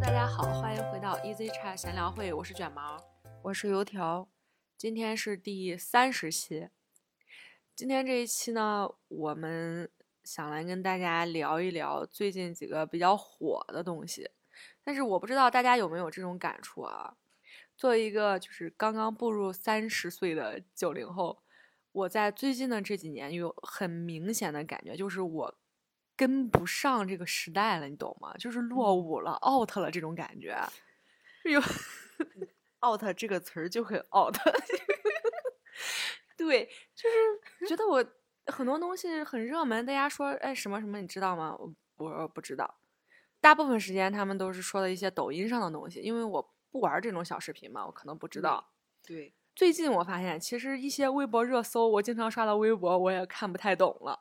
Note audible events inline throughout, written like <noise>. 大家好，欢迎回到 Easy Chat 闲聊会，我是卷毛，我是油条。今天是第三十期。今天这一期呢，我们想来跟大家聊一聊最近几个比较火的东西，但是我不知道大家有没有这种感触啊。作为一个就是刚刚步入三十岁的九零后，我在最近的这几年有很明显的感觉，就是我跟不上这个时代了，你懂吗？就是嗯落伍了、out 了这种感觉。有 out 这个词儿就很 out， <laughs> 对，就是觉得我很多东西很热门，大家说哎什么什么，你知道吗？我我说不知道。大部分时间他们都是说的一些抖音上的东西，因为我不玩这种小视频嘛，我可能不知嗯道。对，最近我发现，其实一些微博热搜，我经常刷到微博，我也看不太懂了。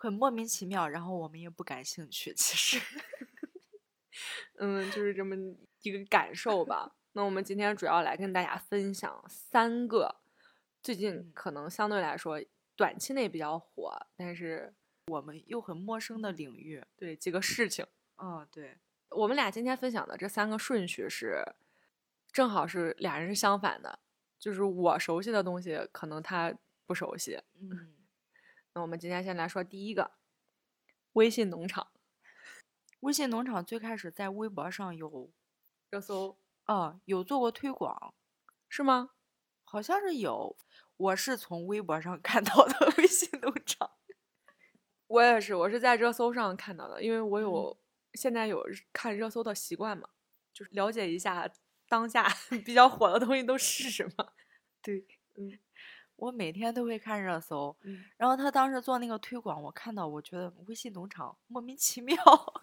很莫名其妙。然后我们也不感兴趣，其实嗯，就是这么一个感受吧。那我们今天主要来跟大家分享三个最近嗯可能相对来说短期内比较火，但是 <laughs> 又很陌生的领域。对几个事情。嗯，对，我们俩今天分享的这三个顺序是，正好是俩人是相反的，就是我熟悉的东西，可能他不熟悉。嗯，那我们今天先来说第一个，微信农场微信农场最开始在微博上有，热搜啊，有做过推广，是吗？好像是有。我是从微博上 <laughs> 看到的微信农场。我也是，我是在热搜上看到的，因为我有、嗯现在有日看热搜的习惯嘛，就是了解一下当下 <laughs> 比较火的东西都是什么。对，嗯嗯，我每天都会看热搜。嗯然后他当时做那个推广，我看到，我觉得微信农场莫名其妙，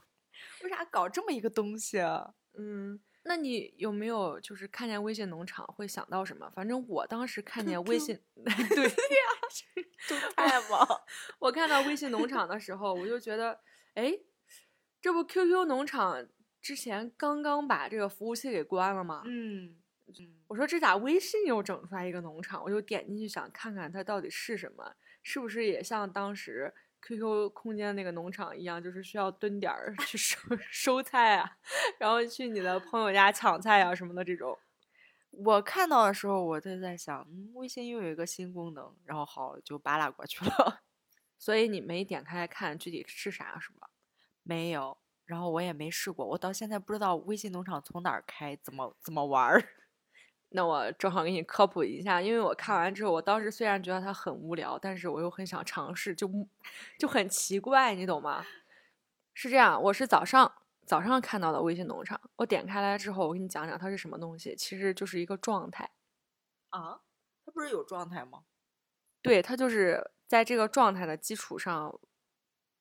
<laughs> 为啥搞这么一个东西啊？嗯，那你有没有就是看见微信农场会想到什么？反正我当时看见微 QQ 信， <laughs> 对，就 <laughs> 太忙。我看到微信农场的时候，我就觉得，哎，这不 QQ 农场之前刚刚把这个服务器给关了吗？嗯嗯，我说这咋微信又整出来一个农场？我就点进去想看看它到底是什么，是不是也像当时 QQ 空间那个农场一样，就是需要蹲点儿去收 <laughs> 收菜啊，然后去你的朋友家抢菜啊什么的这种。我看到的时候，我就在想，嗯，微信又有一个新功能，然后好就扒拉过去了， <laughs> 所以你没点开看具体是啥是吧？没有。然后我也没试过，我到现在不知道微信农场从哪儿开，怎么怎么玩儿。那我正好给你科普一下，因为我看完之后，我当时虽然觉得它很无聊，但是我又很想尝试，就就很奇怪，你懂吗？是这样，我是早上早上看到的微信农场，我点开来之后，我给你讲讲它是什么东西，其实就是一个状态，啊， <laughs> 它不是有状态吗？对，它就是在这个状态的基础上，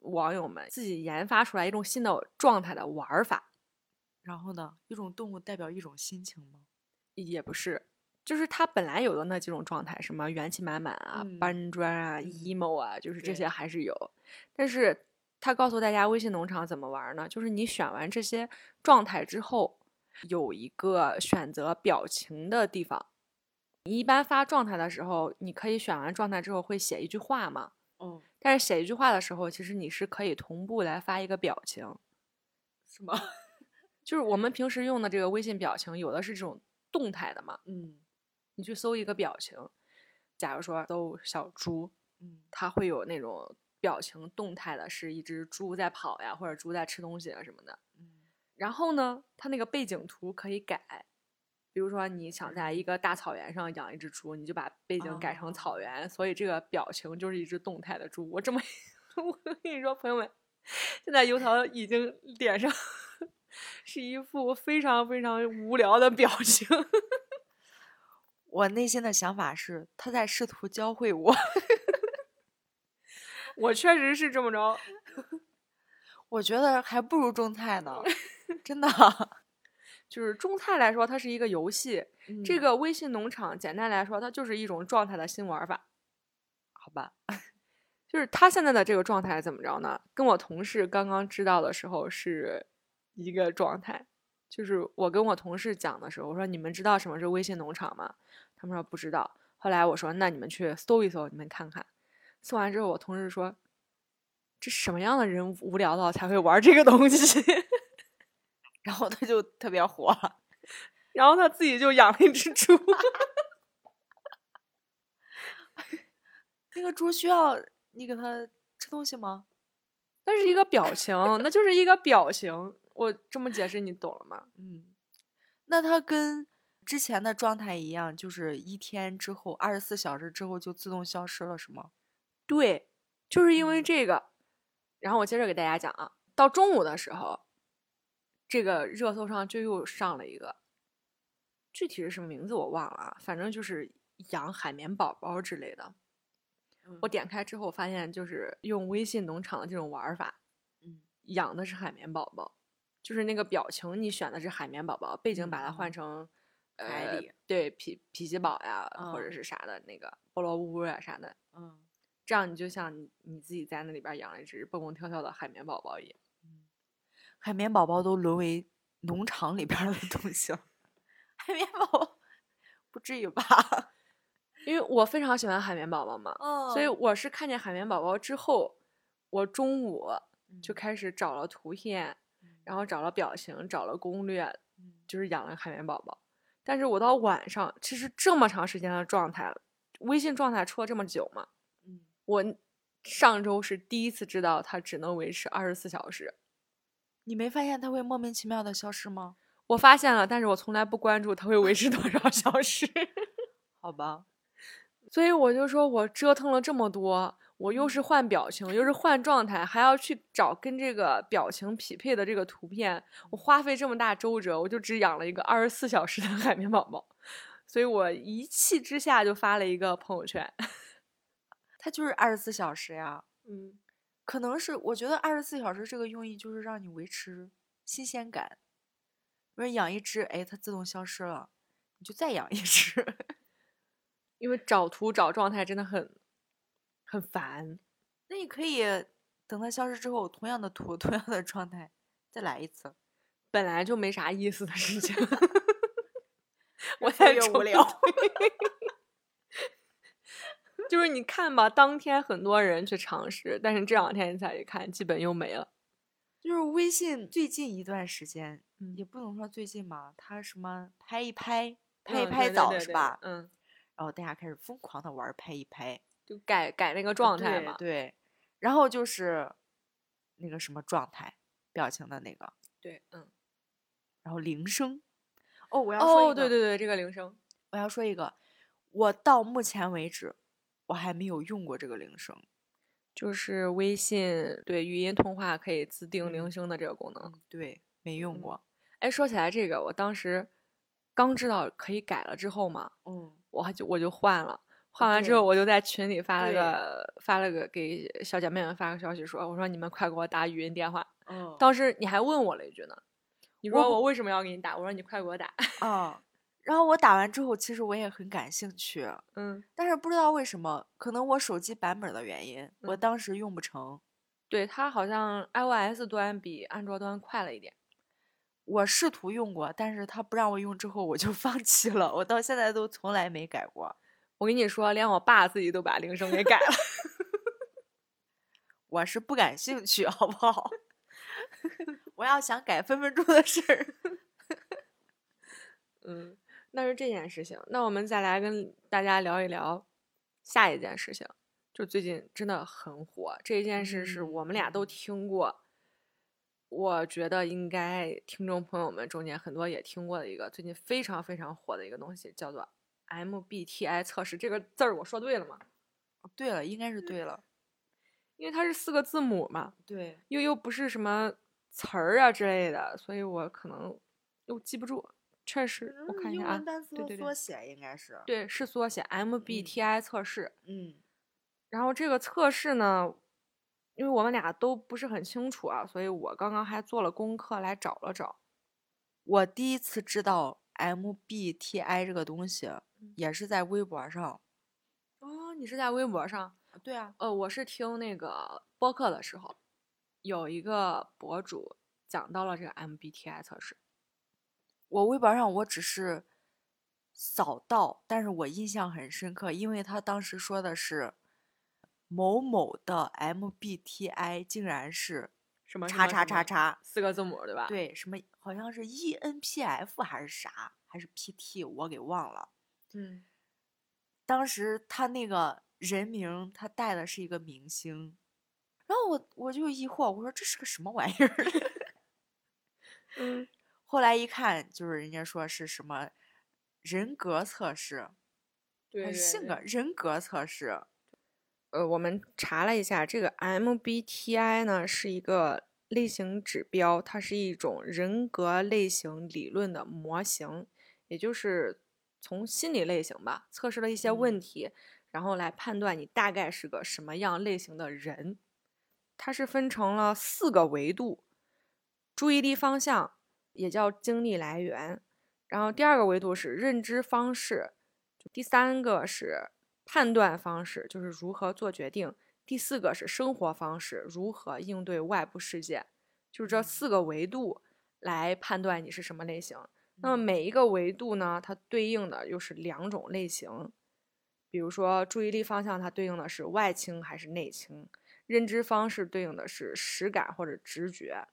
网友们自己研发出来一种新的状态的玩儿法，然后呢，一种动物代表一种心情吗？也不是，就是他本来有的那几种状态，什么元气满满啊、嗯搬砖啊、嗯 emo 啊，就是这对些还是有。但是他告诉大家微信农场怎么玩儿呢？就是你选完这些状态之后，有一个选择表情的地方。你一般发状态的时候，你可以选完状态之后会写一句话嘛？哦，但是写一句话的时候，其实你是可以同步来发一个表情。是吗？就是我们平时用的这个微信表情，有的是这种动态的嘛， <laughs> 嗯你去搜一个表情，假如说搜小猪，嗯它会有那种表情动态的，是一只猪在跑呀，或者猪在吃东西啊什么的。嗯然后呢，它那个背景图可以改，比如说你想在一个大草原上养一只猪，你就把背景改成草哦原，所以这个表情就是一只动态的猪。我这么， <laughs> 我跟你说，朋友们，现在油桃已经脸上 <laughs> 是一副非常非常无聊的表情。 <laughs> 我内心的想法是，他在试图教会我。 <laughs> 我确实是这么着。我觉得还不如种菜 <laughs> 呢，真的。就是种菜来说，它是一个游戏。这嗯个微信农场，简单来说，它就是一种状态的新玩法。好吧，就是它现在的这个状态怎么着呢？跟我同事刚刚知道的时候是一个状态。就是我跟我同事讲的时候，我说你们知道什么是微信农场吗？他们说不知道。后来我说那你们去搜一搜，你们看看。搜完之后，我同事说，这什么样的人无聊到才会玩这个东西？然后他就特别火了。 <laughs> 然后他自己就养了一只猪，那个猪需要你给它吃东西吗？那是一个表情，那就是一个表情。我这么解释你懂了吗？嗯，那它跟之前的状态一样，就是一天之后，二十四小时之后就自动消失了，是吗？对，就是因为嗯这个。然后我接着给大家讲啊，到中午的时候，这个热搜上就又上了一个，具体是什么名字我忘了啊，反正就是养海绵宝宝之类的。嗯我点开之后发现，就是用微信农场的这种玩儿法，嗯，养的是海绵宝宝，就是那个表情你选的是海绵宝宝，背景把它换嗯成、海呃里对脾脾气宝呀、或者嗯是啥的那个菠萝屋啊啥的，嗯这样你就像你你自己在那里边儿养了一只蹦蹦跳跳的海绵宝宝一样。嗯，海绵宝宝都沦为农场里边儿的东西了， <laughs> 海绵宝宝不至于吧？ <laughs> 因为我非常喜欢海绵宝宝嘛，嗯所以我是看见海绵宝宝之后，我中午就嗯开始找了图片，嗯然后找了表情，找了攻略，嗯就是养了海绵宝宝。但是我到晚上，其实这么长时间的状态，微信状态出了这么久嘛，嗯我上周是第一次知道它只能维持二十四小时。你没发现它会莫名其妙的消失吗？我发现了，但是我从来不关注它会维持多少小时，好吧，所以我就说我折腾了这么多，我又是换表情，又是换状态，还要去找跟这个表情匹配的这个图片，我花费这么大周折，我就只养了一个二十四小时的 <laughs> 海绵宝宝，所以我一气之下就发了一个朋友圈，它就是二十四小时呀。嗯，可能是我觉得二十四小时这个用意就是让你维持新鲜感，比如养一只，哎，它自动消失了，你就再养一只。 <laughs> 因为找图找状态真的很很烦，那你可以等它消失之后，同样的图，同样的状态，再来一次。本来就没啥意思的事 <laughs> 情，我越太说越无愁聊 <laughs> 就是你看吧，当天很多人去尝试，但是这两天你再一看，基本又没了。就是微信最近一段时间，嗯也不能说最近吧，它什么拍一拍，拍一嗯拍对对早对是对吧？嗯，然后大家开始疯狂的玩儿拍一拍哦就改改那个状态对嘛。对，然后就是那个什么状态，表情的那个，对，嗯。然后铃声。哦，我要说一哦，个对对对，这个铃声，我要说一个，我到目前为止我还没有用过这个铃声。就是微信对语音通话可以自定嗯铃声的这个功能。嗯，对，没用嗯过。哎，说起来这个，我当时刚知道可以改了之后嘛，嗯，我还就我就换了。换完之后，对我就在群里发了对个发了个给小姐妹们发个消息说，我说你们快给我打语音电话。嗯当时你还问我了一句呢，你我说不我为什么要给你打？我说你快给我打。 <laughs> 啊、然后我打完之后，其实我也很感兴趣，嗯，但是不知道为什么，可能我手机版本的原因，我嗯当时用不成。对，它好像 iOS 端比安卓端快了一点。我试图用过，但是他不让我用之后，我就 <laughs> 放弃了。我到现在都从来没改过。我跟你说，连我爸自己都把铃声给改了。我是不感兴趣，好不好？ <laughs> 我要想改分分钟的事儿。嗯，那是这件事情。那我们再来跟大家聊一聊下一件事情，就最近真的很火。这一件事是我们俩都嗯听过，我觉得应该听众朋友们中间很多也听过的一个最近非常非常火的一个东西，叫做 MBTI 测试。这个字儿我说对了吗？对了，应该是对了。因为它是四个字母嘛。嗯对，又又不是什么词儿啊之类的，所以我可能又记不住。确实，嗯我看一下啊，对对对写应该是。对，是缩写 MBTI 测试。嗯然后这个测试呢，因为我们俩都不是很清楚啊，所以我刚刚还做了功课来找了找。我第一次知道 MBTI 这个东西，也是在微博上。哦，你是在微博上？对啊，呃，我是听那个播客的时候，有一个博主讲到了这个 MBTI 测试。我微博上我只是扫到，但是我印象很深刻，因为他当时说的是某某的 MBTI 竟然是什么什叉么叉什叉么叉，四个字母儿对吧？，对，什么好像是 E ENPF 还是啥，还是 PT，我给忘了。嗯，当时他那个人名，他带的是一个明星，然后我我就疑惑，我说这是个什么玩意儿？ <laughs> 嗯后来一看，就是人家说是什么人格测试，对还是性格人格测试，呃，我们查了一下，这个 MBTI 呢是一个类型指标，它是一种人格类型理论的模型，也就是从心理类型吧，测试了一些问嗯题，然后来判断你大概是个什么样类型的人。它是分成了四个维度，注意力方向也叫精力来源，然后第二个维度是认知方式，第三个是判断方式，就是如何做决定；第四个是生活方式，如何应对外部世界。就是这嗯四个维度来判断你是什么类型。那么嗯每一个维度呢，它对应的又是两种类型。比如说，注意力方向它对应的是外倾还是内倾；认知方式对应的是实感或者直觉；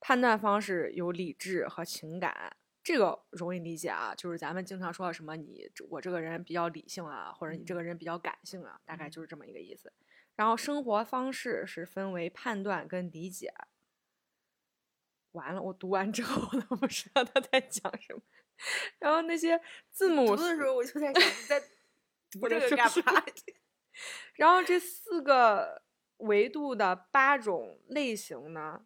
判断方式有理智和情感。这个容易理解啊，就是咱们经常说的什么你这我这个人比较理性啊，或者你这嗯个人比较感性啊，大概嗯就是这么一个意思。然后生活方式是分为判断跟理解。完了，我读完之后 <laughs> 都不知道他在讲什么。然后那些字母读的时候我就在想， <laughs> 你在读我这在个说干什么嘛？ <laughs> 然后这四个维度的八种类型呢，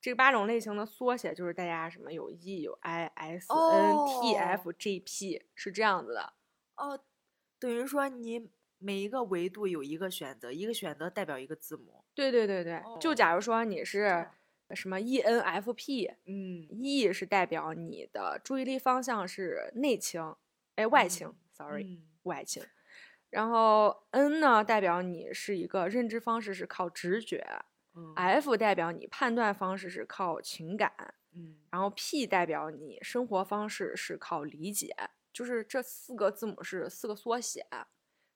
这八种类型的缩写就是大家什么有 E 有 I S N T 哦 F G P 是这样子的。哦，等于说你每一个维度有一个选择，一个选择代表一个字母。对对对对，就哦假如说你这是样什么 E N F P。嗯 E 是代表你的注意力方向是内倾，哎，外倾、嗯 s o r r y 嗯外倾。然后 N 呢，代表你是一个认知方式是靠直觉嗯，F 代表你判断方式是靠情感，嗯然后 P 代表你生活方式是靠理解，就是这四个字母是四个缩写。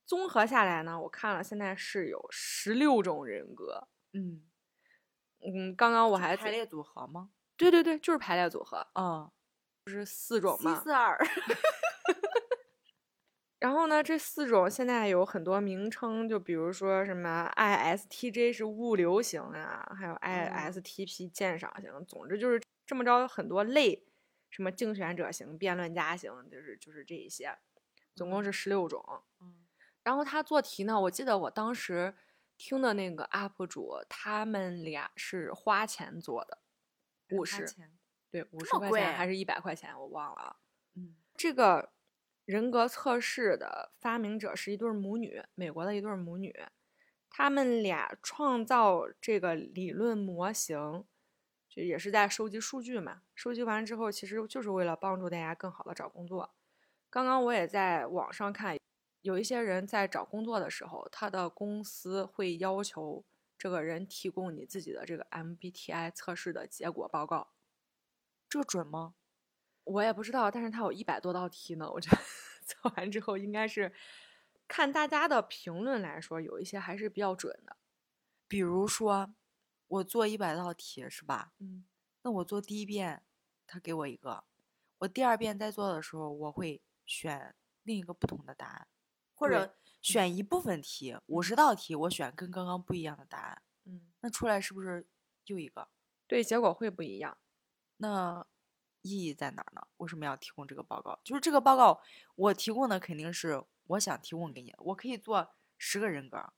综合下来呢，我看了现在是有十六种人格。嗯，嗯，刚刚我就还排在列组合吗？对对对，就是排列组合啊，四种七嘛。四二。然后呢，这四种现在有很多名称，就比如说什么 ISTJ 是物流型啊，嗯还有 ISTP 鉴赏型，总之就是这么着很多类，什么竞选者型、辩论家型，就是就是这一些，总共是嗯十六种。嗯然后他做题呢，我记得我当时听的那个 UP 主，他们俩是花钱做的，还五花十钱对五十块么钱贵还是一百块钱，我忘了啊。嗯这个人格测试的发明者是一对儿母女，美国的一对儿母女，他们俩创造这个理论模型，就也是在收集数据嘛。收集完之后，其实就是为了帮助大家更好的找工作。刚刚我也在网上看，有一些人在找工作的时候，他的公司会要求这个人提供你自己的这个 MBTI 测试的结果报告。这个准吗？我也不知道，但是它有一百多道题呢，我觉得 <laughs> 测完之后应该是看大家的评论来说，有一些还是比较准的。比如说，我做一百道题是吧？嗯，那我做第一遍，他给我一个；我第二遍再做的时候，我会选另一个不同的答案，或对者选一部分题，五十道题我选跟刚刚不一样的答案，嗯，那出来是不是又一个？对，结果会不一样。那意义在哪儿呢？为什么要提供这个报告？就是这个报告，我提供的肯定是我想提供给你的，我可以做十个人格儿，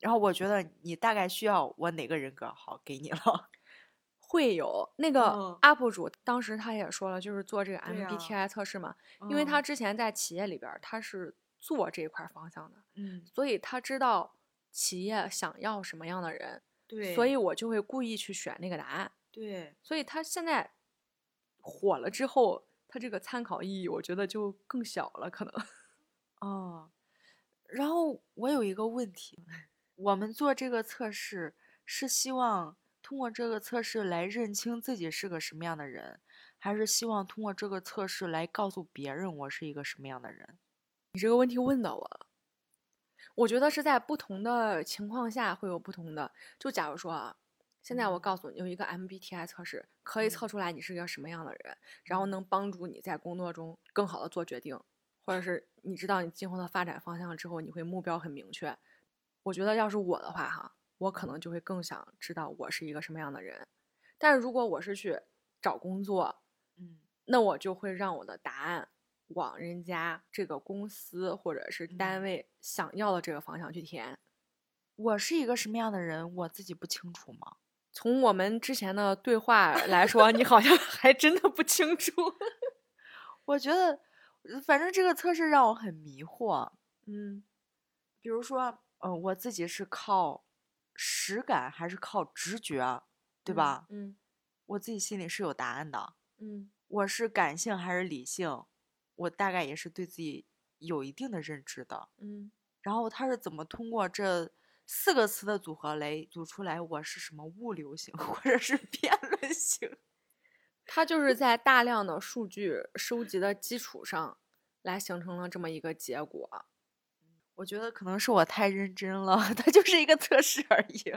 然后我觉得你大概需要我哪个人格儿，好给你了。 <laughs> 会有那个嗯 UP 主，当时他也说了，就是做这个对呀 MBTI 测试嘛，因哦为他之前在企业里边儿他是做这块儿方向的，嗯，所以他知道企业想要什么样的人，对所以我就会故意去选那个答案。对，所以它现在火了之后，它这个参考意义，我觉得就更小了，可能。 <laughs> 哦，然后我有一个问题，我们做这个测试是希望通过这个测试来认清自己是个什么样的人，还是希望通过这个测试来告诉别人我是一个什么样的人？你这个问题问到我了，我觉得是在不同的情况下会有不同的。就假如说啊，现在我嗯告诉你，有一个 MBTI 测试可以嗯测出来你是一个什么样的人，然后能帮助你在工作中更好的做决定，或者是你知道你今后的发展方向之后，你会目标很明确。我觉得要是我的话哈，我可能就会更想知道我是一个什么样的人。但是如果我是去找工作，嗯那我就会让我的答案往人家这个公司或者是单嗯位想要的这个方向去填。我是一个什么样的人，我自己不清楚吗？从我们之前的对话来说，你好像 <laughs> 还真的不清楚。我觉得，呃反正这个测试让我很迷惑。嗯，比如说，呃，我自己是靠实感还是靠直觉，对吧？嗯我自己心里是有答案的。嗯我是感性还是理性，我大概也是对自己有一定的认知的。嗯然后它是怎么通过这四个词的组合来组出来我是什么物流型 <laughs> 或者是辩论型？它就是在大量的数据收集的基础上，来形成了这么一个结果。我觉得可能是我太认真了， <laughs> 它就是一个测试而已。 <laughs>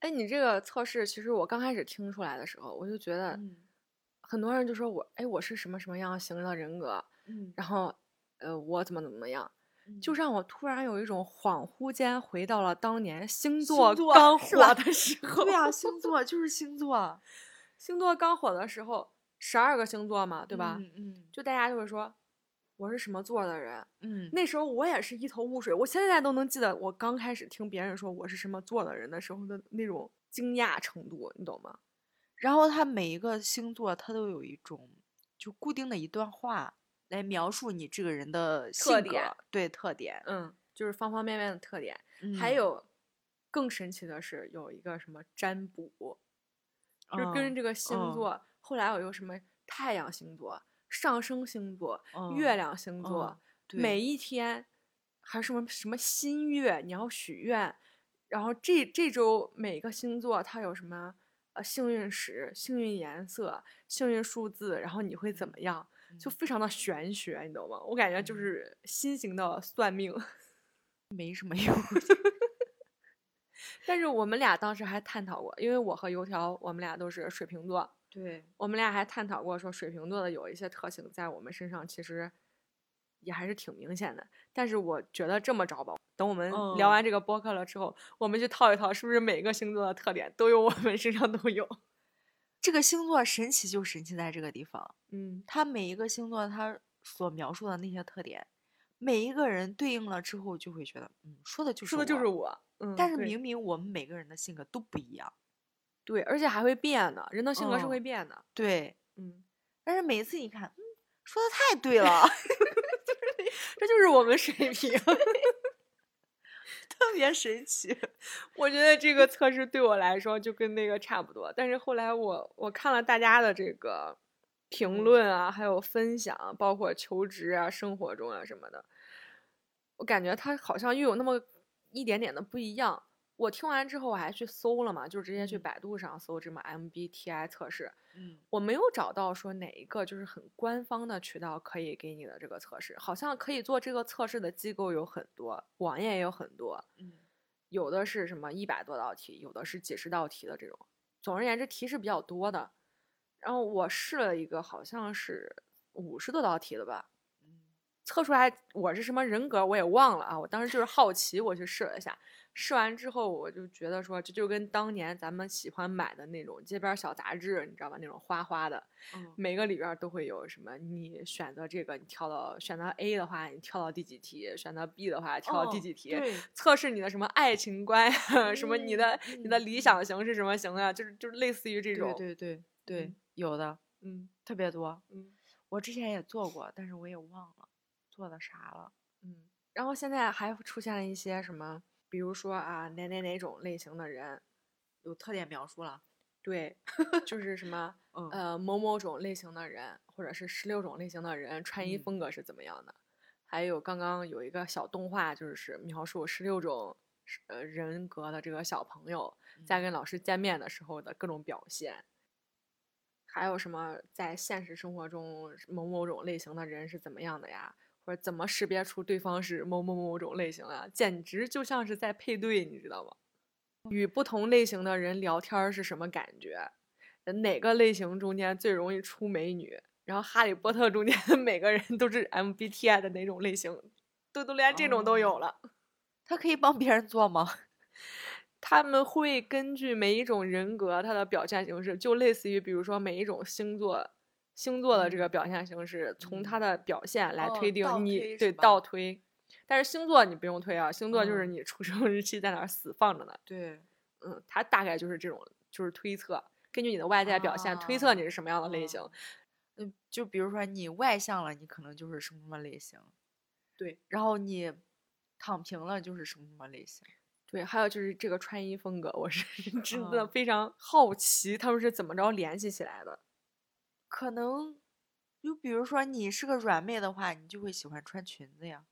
哎，你这个测试，其实我刚开始听出来的时候，我就觉得嗯很多人就说我，哎，我是什么什么样型的人格，嗯，然后，呃，我怎么怎么样，就就 <laughs> 让让我突然有一种恍惚间回到了当年星星座座刚 <laughs> 是吧火的时候。对啊，星座就是星 <laughs> 座，星座刚火的时候，十二个星座嘛，对吧？嗯嗯就大家就会说我是什么座的人。嗯，那时候我也是一头雾水，我现在都能记得我刚开始听别人说我是什么座的人的时候的那种惊讶程度，你懂吗？然后它每一个星座，它都有一种就固定的一段话来描述你这个人的性特格，点对特点。嗯，就是方方面面的特点。还嗯，有更神奇的是，有一个什么占卜，就是跟这这个星嗯座。后来有有什么太阳星座、上升星座、月嗯亮星座。对每一天，还有什么什么新月，你要许愿。然后这这周每个星座它有什么呃幸运石、幸运颜色、幸运数字，然后你会怎么样？就嗯非常的玄学，你懂吗？我感觉就嗯是新型的算命。 <laughs> 没什么用。 <laughs> 但是我们俩当时还探讨过，因为我和油条我们俩都是水瓶座，对，我们俩还探讨过说水瓶座的有一些特性在我们身上其实也还是挺明显的。但是我觉得这么着吧，等我们聊嗯完这个播客了之后，我们去套一套，是不是每个星座的特点都有我们身上都有？这个星座神奇就神奇在这个地方，嗯它每一个星座它所描述的那些特点，每一个人对应了之后，就会觉得，嗯，说的就是说的就是我。我。嗯，但是对明明我们每个人的性格都不一样，对，而且还会变的，人的性格是会嗯变的。对。嗯，但是每一次你看，嗯，说的太对 <laughs> 了，这就是我们水瓶。特别神奇。 <laughs> 我觉得这个测试对我来说就跟那个差不多，但是后来我我看了大家的这个评嗯论啊，还有分享，包括求职啊、生活中啊什么的，我感觉它好像又有那么一点点的不一样。我听完之后，我还去搜了嘛，就直接去嗯百度上搜这么 MBTI 测试， <laughs> 嗯，我没有找到说哪一个就是很官方的渠道可以给你的这个测试，好像可以做这个测试的机构有很多，网页也有很多，嗯，有的是什么一百多道题，有的是几十道题的这种。总而言之，题是比较多的。然后我试了一个，好像是五十多道题的吧，嗯测出来我是什么人格我也忘了啊。我当时就是好奇，我去试了一下。试完之后，我就觉得说，这就跟当年咱们喜欢买的那种街边儿小杂志，你知道吧？那种花花的，嗯每个里边儿都会有什么？你选择这个，你跳到选择 A 的话，你跳到第几题；选择 B 的话，跳到第哦几题。对 <laughs> 测试你的什么爱情观呀，什么你的、嗯你的嗯理嗯想型是什么型啊，就是就是类似于这种对，对对嗯对，有的嗯特别多。嗯我之前也做过，但是我也忘了做的啥了。嗯。然后现在还出现了一些什么，比如说啊哪哪哪种类型的人，有特点描述了。对， <laughs> 就是什么嗯呃某某种类型的人，或者是十六种类型的人穿衣嗯风格是怎么样的，还有刚刚有一个小动画，就是描述十六种是呃人格的这个小朋友，在嗯跟老师见面的时候的各种表现，还有什么在现实生活中某某种类型的人是怎么样的呀？或者怎么识别出对方是某某某种类型啊？简直就像是在配对，你知道吗？与不同类型的人聊天儿是什么感觉，呃哪个类型中间最容易出美女，然后哈利波特中间 <laughs> 每个人都是 MBTI 的哪种类型，都都连这种都有哦了。他可以帮别人做吗？ <laughs> 他们会根据每一种人格它的表现形式，就类似于比如说每一种星座星座的这个嗯表现形式，从它嗯的表现来哦推定倒你、推对是吧倒推。但是星座你不用推啊，星座就是嗯你出生日期在哪儿死放着呢。对，嗯，它大概就是这种，就是推测，根据你的外在表现、推测啊你是什么样的类型。嗯嗯，就比如说你外向了，你可能就是什么什么类型，对然后你躺平了就是什么什么类型。对，还有就是这个穿衣风格，我是 <laughs> 真的哦非常好奇他们是怎么着联系起来的。可能就比如说你是个软妹的话，你就会喜欢穿裙子呀。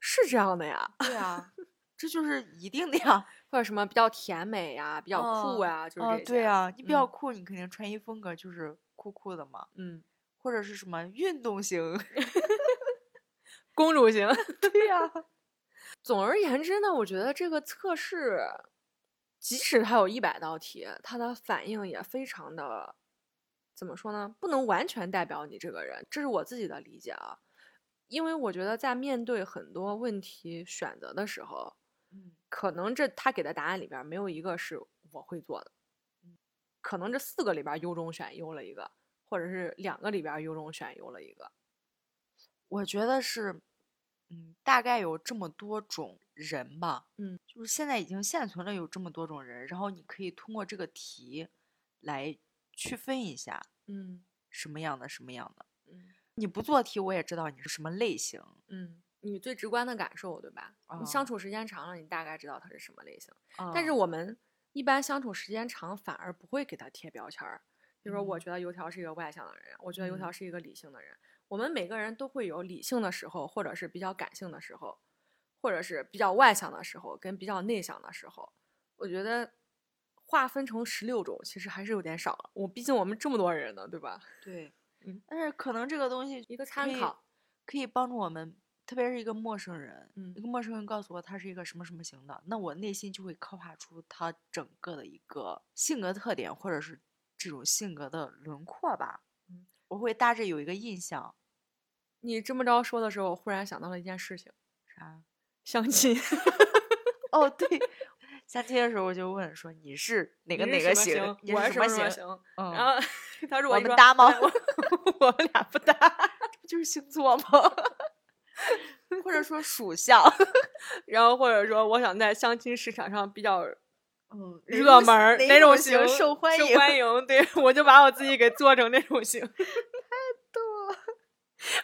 是这样的呀。对啊， <laughs> 这就是一定的呀。或者什么比较甜美呀、比较酷嗯呀、就是啊这些。对啊，你比较嗯酷，你肯定穿衣风格就是酷酷的嘛，嗯，或者是什么运动型。 <laughs> 公主型。对呀、总而言之呢，我觉得这个测试，即使它有一百道题，它的反应也非常的，怎么说呢？不能完全代表你这个人，这是我自己的理解啊。因为我觉得在面对很多问题选择的时候，嗯可能这他给的答案里边儿没有一个是我会做的，嗯可能这四个里边儿优中选优了一个，或者是两个里边儿优中选优了一个。我觉得是，嗯，大概有这么多种人吧，嗯，就是现在已经现存了有这么多种人，然后你可以通过这个题来区分一下嗯什么样的什么样的。嗯你不做题，我也知道你是什么类型。嗯，你最直观的感受对吧？你啊相处时间长了，你大概知道他是什么类型。但是啊我们一般相处时间长，反而不会给他贴标签儿。比如说，我嗯觉得油条是一个外向的人，我觉得油条嗯是一个理性的人。我们每个人都会有理性的时候，或者是比较感性的时候，或者是比较外向的时候，跟比较内向的时候。我觉得划分成十六种，其实还是有点少了。我毕竟我们这么多人呢，对吧？对，嗯但是可能这个东西一个可参以考，可以帮助我们，特别是一个陌生人，嗯一个陌生人告诉我他是一个什么什么型的，那我内心就会刻画出他整个的一个性格特点，或者是这种性格的轮廓吧。嗯，我会大致有一个印象。 <laughs> 你这么着说的时候，我忽然想到了一件事情：啥？嗯相亲。哦， <laughs> 对，相亲的时候我就问说你是哪个你哪是个什么型？你我是是什么什么型？型？嗯，然后 <laughs> 他说我一们说搭吗哎我 <laughs> 我们俩不搭。不就是星座吗？或者说属相？ <laughs> 然后或者说，我想在相亲市场上比较嗯，哪热种门儿，哪哪种型受欢受迎？欢迎，对我就把我自己给做成那种型。 <laughs> 太逗 <laughs> 了，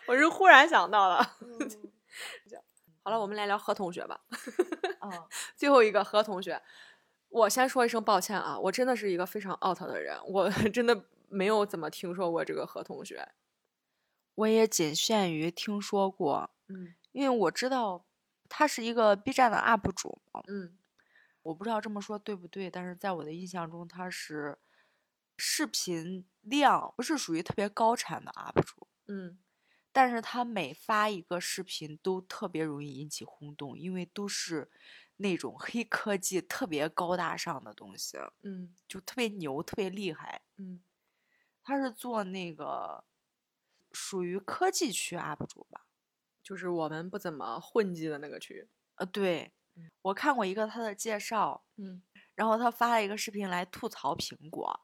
我是忽然想到了。 <laughs> 嗯好了，我们来聊何同学吧。哦，最后一个何同学，我先说一声抱歉啊，我真的是一个非常 out 的人，我 <laughs> 真的没有怎么听说过这个何同学。我也仅限于听说过，嗯因为我知道他是一个 B 站的 UP 主嘛，嗯我不知道这么说对不对，但是在我的印象中，他是视频量不是属于特别高产的 UP 主，嗯，但是他每发一个视频都特别容易引起轰动，因为都是那种黑科技特别高大上的东西，嗯就特别牛，特别厉害。嗯他是做那个属于科技区 UP 主吧。就是我们不怎么混迹的那个区。呃，对，我看过一个他的介绍，嗯然后他发了一个视频来吐槽苹果，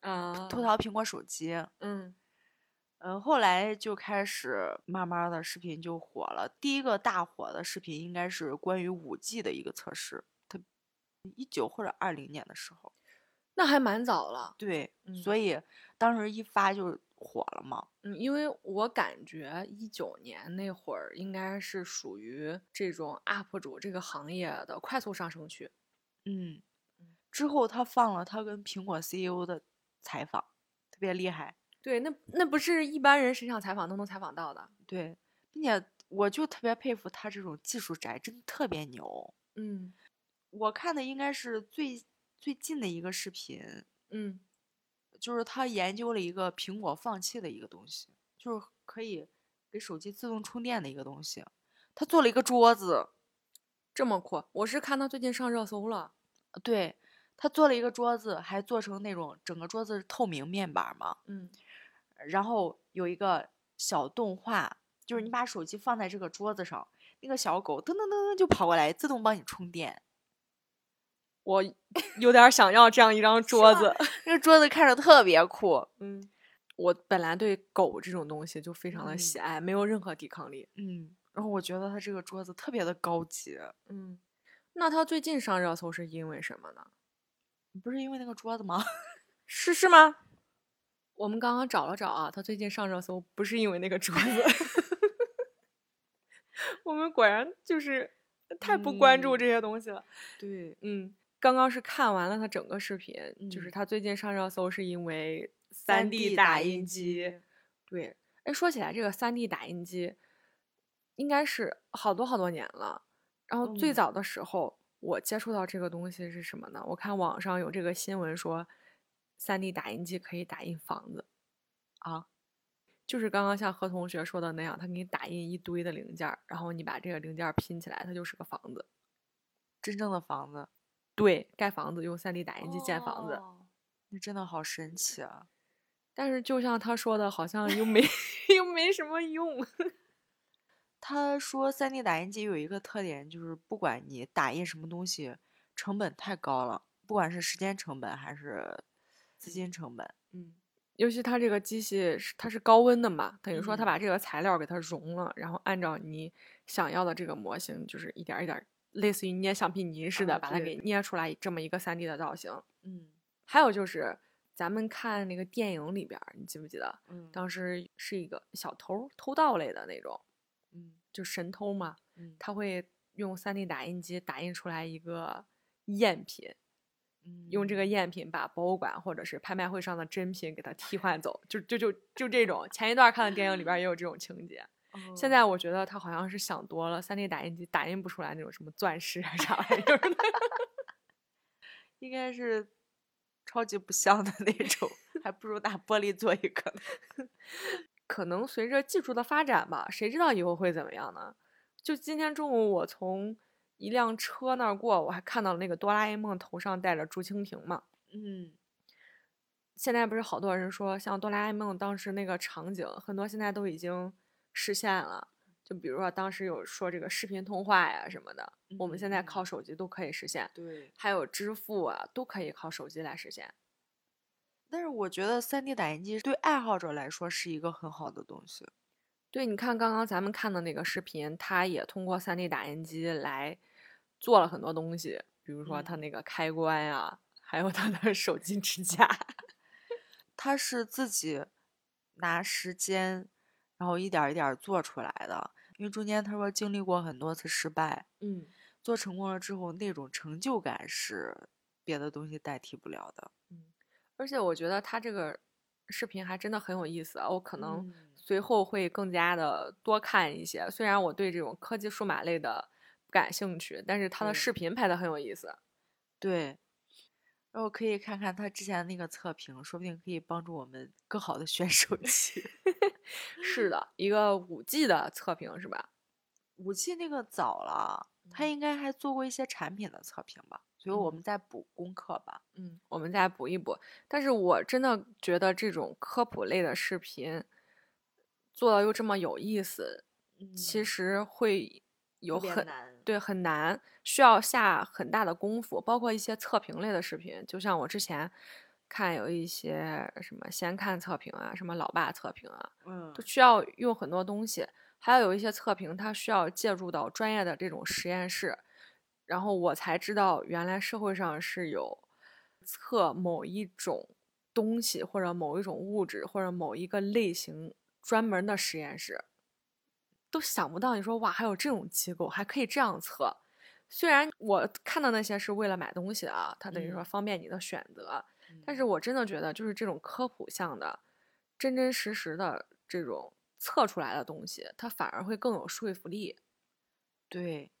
啊，吐槽苹果手机。嗯嗯，后来就开始慢慢的视频就火了。第一个大火的视频应该是关于五 G 的一个测试，他一九或者二零年的时候，那还蛮早了。对，嗯所以当时一发就火了嘛。嗯，因为我感觉一九年那会儿应该是属于这种 UP 主这个行业的快速上升区。嗯，之后他放了他跟苹果 CEO 的采访，特别厉害。对，那那不是一般人谁想采访都能采访到的。对，并且我就特别佩服他这种技术宅，真的特别牛。嗯我看的应该是最最近的一个视频，嗯就是他研究了一个苹果放弃的一个东西，就是可以给手机自动充电的一个东西。他做了一个桌子，这么酷，我是看他最近上热搜了。对，他做了一个桌子，还做成那种整个桌子是透明面板儿嘛，嗯然后有一个小动画，就是你嗯把手机放在这个桌子上，那个小狗噔噔噔噔就跑过来，自动帮你充电。 <laughs> 我有点儿想要这样一张桌吧子。那个桌子看着特别酷，嗯，我本来对狗这种东西就非常的嗯喜爱，没有任何抵抗力。嗯，然后我觉得它这个桌子特别的高级，嗯，那它最近上热搜是因为什么呢？不是因为那个桌子吗？ <laughs> 是是吗？我们刚刚找了找啊，它最近上热搜不是因为那个桌 <laughs> 子。我们果然就是太不关注这些东西了。对，嗯，刚刚是看完了它整个视频，就是嗯它最近上热搜是因为三三 D 打印机。，对，哎，说起来这个三 D 打印机，应该是好多好多年了。然后最嗯早的时候，我接触到这个东西是什么呢？我看网上有这个新闻说，三 D 打印机可以打印房子啊，就是刚刚像何同学说的那样，它给你打印一堆的零件儿，然后你把这个零件儿拼起来，它就是个房子。真正的房子，哎对，盖房子用三 D 打印机建房子，哦，那真的好神奇啊！但是就像他说的，好像又没 <laughs> 又没什么用。他说三 D 打印机有一个特点，就是不管你打印什么东西，成本太高了，不管是时间成本还是资金成本。嗯，尤其它这个机器是它是高温的嘛，等于说它嗯把这个材料给它融了，然后按照你想要的这个模型，就是一点儿一点儿，类似于捏橡皮泥似的，啊把它对给捏出来这么一个三 D 的造型。嗯还有就是咱们看那个电影里边儿，你记不记得嗯当时是一个小偷偷盗类的那种，嗯就神偷嘛，嗯他会用三 D 打印机打印出来一个赝品，用这个嗯赝品把博物馆或者是拍卖会上的真品给它替换走，就就就就这种。前一段看的电影里边儿也有这种情节。现在哦我觉得他好像是想多了，3 D 打印机打印不出来那种什么钻石啊啥玩意儿的。 <laughs> 应该是超级不像的那种，还不如拿玻璃做一个呢。可能随着技术的发展吧，谁知道以后会怎么样呢？就今天中午我从一辆车那儿过，我还看到了那个哆啦 A 梦头上戴着竹蜻蜓嘛。嗯现在不是好多人说，像哆啦 A 梦当时那个场景，很多现在都已经实现了。就比如说当时有说这个视频通话呀什么的，我们现在嗯嗯靠手机都可以实现，对，还有支付啊都可以靠手机来实现。但是我觉得三 D 打印机对爱好者来说是一个很好的东西。对，你看刚刚咱们看的那个视频，它也通过 3D 打印机来做了很多东西，比如说它嗯那个开关呀、还有它的 <laughs> 手机支架。他是自己拿时间，然后一点儿一点儿做出来的。因为中间他说经历过很多次失败，嗯做成功了之后那种成就感是别的东西代替不了的。嗯，而且我觉得它这个视频还真的很有意思啊，我可能、嗯随后会更加的多看一些。虽然我对这种科技数码类的不感兴趣，但是它的对视频拍的很有意思。对，然后可以看看他之前那个测评，说不定可以帮助我们更好的选手机。是的，一个五 G 的测评是吧？ <laughs> 武器那个早了，他嗯应该还做过一些产品的测评吧，所以我嗯们再补功课吧。嗯，我们再补一补。但是我真的觉得这种科普类的视频做的又这么有意思，其嗯实会有特别很难，对，很难，需要下很大的功夫，包括一些测评类的视频，就像我之前看有一些什么先看测评啊，什么老爸测评啊，嗯，都需要用很多东西，还有有一些测评，它需要借助到专业的这种实验室，然后我才知道原来社会上是有测某一种东西或者某一种物质或者某一个类型专门的实验室，都想不到你说哇，还有这种机构还可以这样测。虽然我看到那些是为了买东西啊，它等于说嗯方便你的选择，但嗯是我真的觉得，就是这种科普项的、真真实实的这种测出来的东西，它反而会更有说服力。对，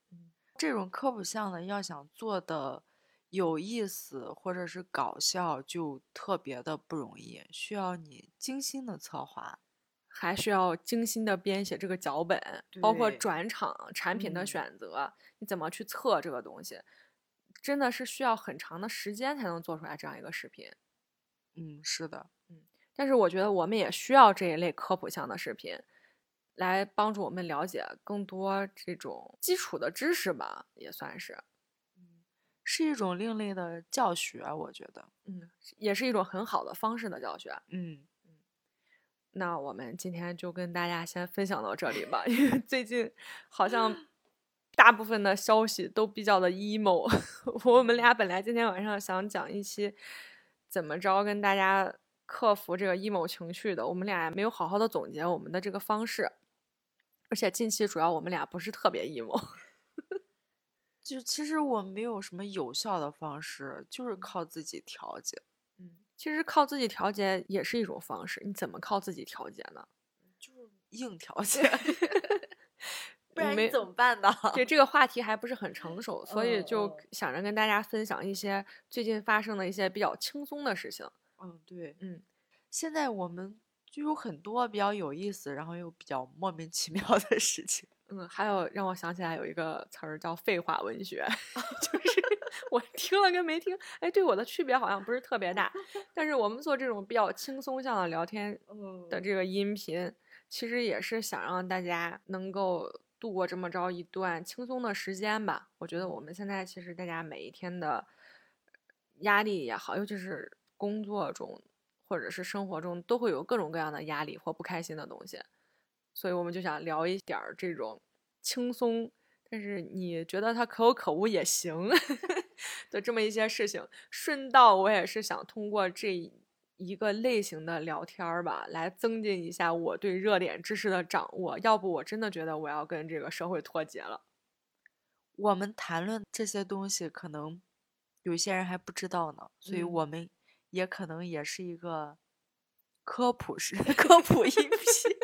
这种科普项的要想做的有意思或者是搞笑，就特别的不容易，需要你精心的策划。还需要精心的编写这个脚本，包括对转场、产品的嗯选择，你怎么去测这个东西，真的是需要很长的时间才能做出来这样一个视频。嗯，是的，但是我觉得我们也需要这一类科普项的视频，来帮助我们了解更多这种基础的知识吧，也算是，是一种另类的教学，我觉得。嗯，也是一种很好的方式的教学。嗯，那我们今天就跟大家先分享到这里吧，因为最近好像大部分的消息都比较的 emo。我 <laughs> 们俩本来今天晚上想讲一期怎么着跟大家克服这个 emo 情绪的，我们俩没有好好的总结我们的这个方式，而且近期主要我们俩不是特别 emo。就其实我没有什么有效的方式，就是靠自己调节，嗯，其实靠自己调节也是一种方式，你怎么靠自己调节呢？就是硬 <laughs> 调节，不然没你怎么办呢？对这个话题还不是很成熟，所以嗯就嗯想着跟大家分享一些最近发生的一些比较轻松的事情。 <laughs> 嗯，对，嗯，现在我们就有很多比较有意思，然后又比较莫名其妙的事情。嗯，还有让我想起来有一个词儿叫“废话文 <laughs> 学”，就是我听了跟没听，哎，对我的区别好像不是特别大。但是我们做这种比较轻松向的聊天嗯的这个音频，其实也是想让大家能够度过这么着一段轻松的时间吧。我觉得我们现在其实大家每一天的压力也好，尤其是工作中或者是生活中，都会有各种各样的压力或不开心的东西，所以我们就想聊一点儿这种轻松。但是你觉得它可有可无也行 <laughs> 的这么一些事情，顺道我也是想通过这一个类型的聊天儿吧，来增进一下我对热点知识的掌握。要不我真的觉得我要跟这个社会脱节了。我们谈论这些东西，可能有些人还不知道呢，所以嗯我们也可能也是一个科普式 <laughs> 科普音频。 <laughs>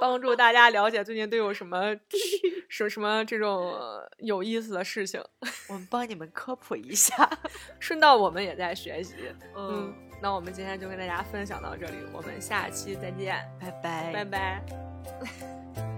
帮助大家了解最近都有什么什什么这种呃有意思的事情，我们帮你们科普一下。顺道我们也在学习。嗯嗯，，那我们今天就跟大家分享到这里，我们下期再见，拜拜拜，拜。